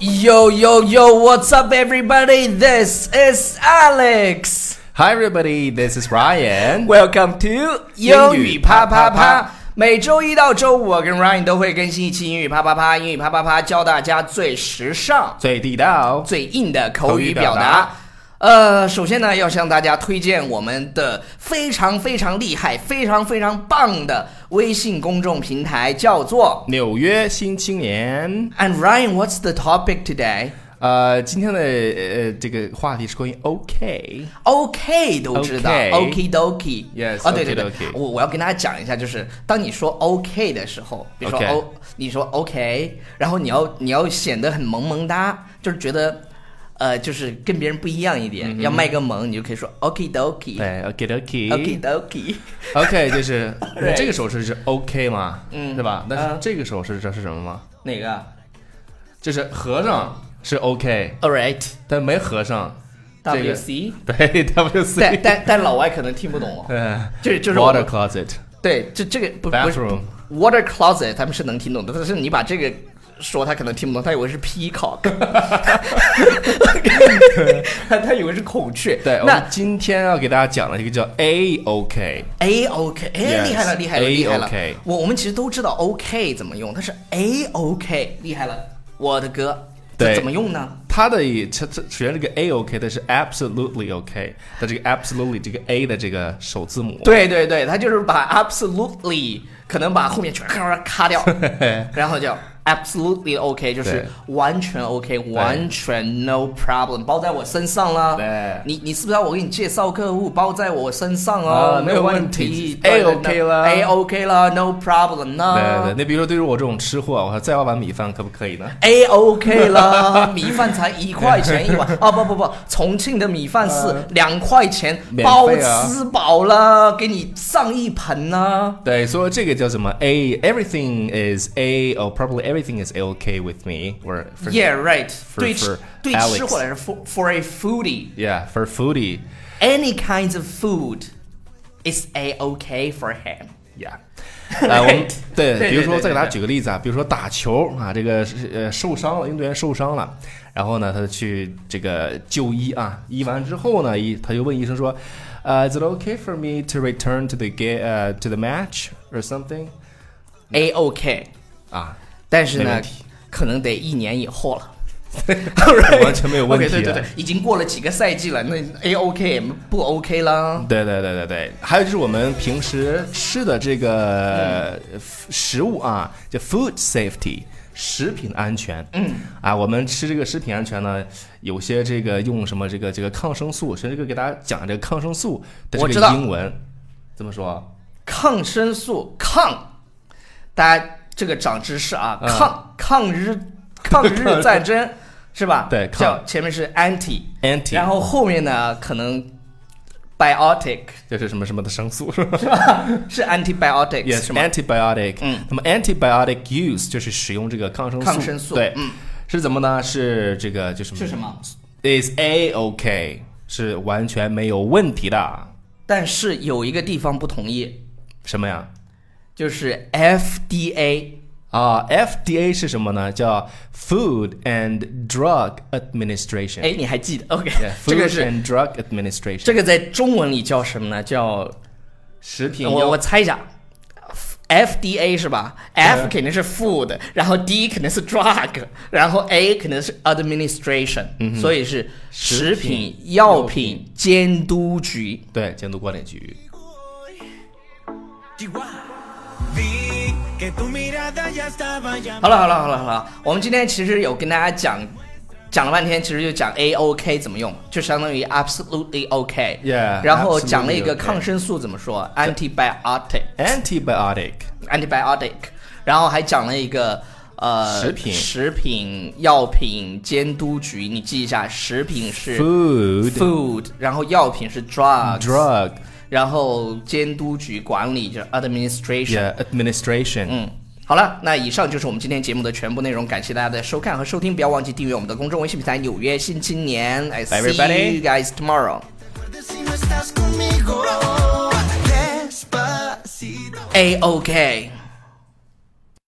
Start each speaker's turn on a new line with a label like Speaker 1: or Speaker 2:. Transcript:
Speaker 1: Yo yo yo, what's up, everybody? This is Alex.
Speaker 2: Hi everybody, this is Ryan.
Speaker 1: Welcome to 英
Speaker 2: 英
Speaker 1: 语
Speaker 2: 语
Speaker 1: 啪
Speaker 2: 啪
Speaker 1: 啪
Speaker 2: 啪
Speaker 1: 啪
Speaker 2: 啪。
Speaker 1: 每周一到周五，我跟 Ryan 都会更新一期英语啪啪啪。英语啪啪啪教大家最时尚、
Speaker 2: 最地道，
Speaker 1: 最硬的口语表
Speaker 2: 口语表达
Speaker 1: 达。呃，首先呢，要向大家推荐我们的非常非常厉害、非常非常棒的微信公众平台，叫做
Speaker 2: 纽约新青年。
Speaker 1: And Ryan. What's the topic today?
Speaker 2: 呃，今天的呃这个话题是关于 OK。
Speaker 1: OK 都知道
Speaker 2: OK
Speaker 1: ，OK dokie。
Speaker 2: Yes，
Speaker 1: 啊，对对对
Speaker 2: okey，dokey，
Speaker 1: 我我要跟大家讲一下，就是当你说 OK 的时候，比如说
Speaker 2: OK
Speaker 1: O，你说 OK，然后你要你要显得很萌萌哒，就是觉得，呃，就是跟别人不一样一
Speaker 2: 嗯
Speaker 1: 点，要卖个萌，你就可以说 OK dokie，OK
Speaker 2: 对，OK OK
Speaker 1: dokie。
Speaker 2: 哎 OK，就是
Speaker 1: 对
Speaker 2: 这个手势是 OK 嘛，
Speaker 1: 嗯
Speaker 2: 是吧？但
Speaker 1: 嗯
Speaker 2: 是这个手势知道是什么吗？
Speaker 1: 哪个啊
Speaker 2: 就是合上是 OK，
Speaker 1: ？All right。
Speaker 2: 但没合上。这个
Speaker 1: WC，
Speaker 2: 对 WC。
Speaker 1: 但但但老外可能听不懂 哦，
Speaker 2: 嗯
Speaker 1: 就是就是我
Speaker 2: ，Water closet
Speaker 1: 对，这这个不不是
Speaker 2: bathroom。
Speaker 1: water closet，他们是能听懂的，但是你把这个说，他可能听不懂，他以为是 peacock，他他以为是孔雀。
Speaker 2: 对，我们
Speaker 1: 那
Speaker 2: 今天要给大家讲的一个叫 AOK。
Speaker 1: A OK，哎，
Speaker 2: Yes，
Speaker 1: 厉害了，厉害了，
Speaker 2: A
Speaker 1: 厉害了
Speaker 2: OK。
Speaker 1: 我我们其实都知道 OK 怎么用，但是 A OK 厉害了，我的哥，这
Speaker 2: 对
Speaker 1: 怎么用呢？
Speaker 2: 它的以它它首先这个 A OK 的是 absolutely OK 的这个 absolutely 这个 A 的这个首字母，
Speaker 1: 对对对，他就是把 absolutely 可能把后面全咔咔掉，然后就 absolutely OK，就是完全 OK，完全 no problem，包在我身上了。
Speaker 2: 对
Speaker 1: 你你是不是要我给你介绍客户包在我身上哦？
Speaker 2: 啊
Speaker 1: 没有
Speaker 2: 没有
Speaker 1: 问
Speaker 2: 问题
Speaker 1: 对
Speaker 2: A OK 了
Speaker 1: ，A OK 了，no problem
Speaker 2: 对
Speaker 1: 呢。
Speaker 2: 对对，那比如说对于我这种吃货，我说再挖碗米饭可不可以呢？
Speaker 1: A OK 了， 米饭才一块钱一碗啊！不不不，重庆的米饭是两块钱，
Speaker 2: 啊免
Speaker 1: 包
Speaker 2: 费啊
Speaker 1: 吃饱了，给你上一盆呢、
Speaker 2: 对，所以这个叫什么 A everything is A or probably everything is A OK with me or for
Speaker 1: Yeah, right.
Speaker 2: for-
Speaker 1: 对
Speaker 2: for
Speaker 1: 吃对
Speaker 2: Alex
Speaker 1: 吃货来说，for for a foodie,
Speaker 2: yeah for foodie
Speaker 1: any kinds of food is a okay for him.
Speaker 2: yeah。啊，我们
Speaker 1: 对对
Speaker 2: 对，比如
Speaker 1: 对
Speaker 2: 说再给大
Speaker 1: 对对
Speaker 2: 家举个例子啊，比如说打球啊，这个是呃受伤了，运动员受伤了，然后呢，他去这个就医啊，医完之后呢，医他就问医生说，呃、i s it okay for me to return to the game 呃、to the match or something？
Speaker 1: A okay，
Speaker 2: 啊，
Speaker 1: 但是
Speaker 2: 没
Speaker 1: 呢
Speaker 2: 问题，
Speaker 1: 可能得一年以后 了。
Speaker 2: 完全没有问题
Speaker 1: o k
Speaker 2: 啊
Speaker 1: 对对对，已经过了几个赛季了，那 A OK 也不 OK 啦。
Speaker 2: 对对对对对，还有就是我们平时吃的这个
Speaker 1: 嗯
Speaker 2: 呃食物啊，叫 food safety。食品安全，嗯，啊，我们吃这个食品安全呢，有些这个用什么这个这个抗生素，甚至给大家讲这个抗生素的
Speaker 1: 我
Speaker 2: 这
Speaker 1: 知
Speaker 2: 个
Speaker 1: 道
Speaker 2: 英文怎么说？
Speaker 1: 抗生素抗，大家这个长知识啊，
Speaker 2: 嗯
Speaker 1: 抗抗日抗日战 争是吧？
Speaker 2: 对抗
Speaker 1: 叫前面是 anti。
Speaker 2: anti，
Speaker 1: 然后后面呢，可能 biotic
Speaker 2: 就是什么什么的生素是吧
Speaker 1: 是 antibiotic
Speaker 2: ？Yes，
Speaker 1: 是吗？
Speaker 2: antibiotic，
Speaker 1: 嗯，
Speaker 2: 那么 antibiotic use 就是使用这个抗生素，
Speaker 1: Mm. 抗生素，
Speaker 2: 对，
Speaker 1: 嗯，
Speaker 2: 是怎么呢？是这个就是
Speaker 1: 是什么？
Speaker 2: ？Is a OK，是完全没有问题的。
Speaker 1: 但是有一个地方不同意，
Speaker 2: 什么呀？
Speaker 1: 就是 FDA
Speaker 2: 啊、f d a 是什么呢？叫 Food and Drug Administration。
Speaker 1: 哎，你还记得？OK，
Speaker 2: Yeah,
Speaker 1: 这
Speaker 2: Food
Speaker 1: 个是
Speaker 2: and Drug Administration，
Speaker 1: 这个在中文里叫什么呢？叫
Speaker 2: 食品
Speaker 1: 我
Speaker 2: 药
Speaker 1: 我猜一下。FDA 是吧？F 肯定是 food，然后 D 肯定是 drug，然后 A 肯定是 administration，、所以是食
Speaker 2: 嗯食
Speaker 1: 品
Speaker 2: 品
Speaker 1: 药
Speaker 2: 药品
Speaker 1: 品监督局。
Speaker 2: 对监督管理局。
Speaker 3: Vi que tu mirada ya estaba llamando.
Speaker 1: 好了好了好了好了，我们今天其实有跟大家讲，讲了半天，其实就讲 A O K 怎么用，就相当于 absolutely OK。
Speaker 2: Yeah，
Speaker 1: 然后讲了一个
Speaker 2: absolutely OK
Speaker 1: 抗生素怎么说，antibiotic
Speaker 2: Antibiotic，
Speaker 1: antibiotic，然后还讲了一个呃
Speaker 2: 食品
Speaker 1: 食品药品监督局，你记一下，食品是
Speaker 2: food,
Speaker 1: food，然后药品是 drug，
Speaker 2: drug,
Speaker 1: 然后监督局管理就是 administration。
Speaker 2: yeah, administration、
Speaker 1: 嗯，好了，那以上就是我们今天节目的全部内容，感谢大家的收看和收听，不要忘记订阅我们的公众微信平台《纽约新青年》。I see
Speaker 2: Everybody.
Speaker 1: you guys tomorrow.
Speaker 3: Si no estás conmigo, despacito.
Speaker 1: A OK.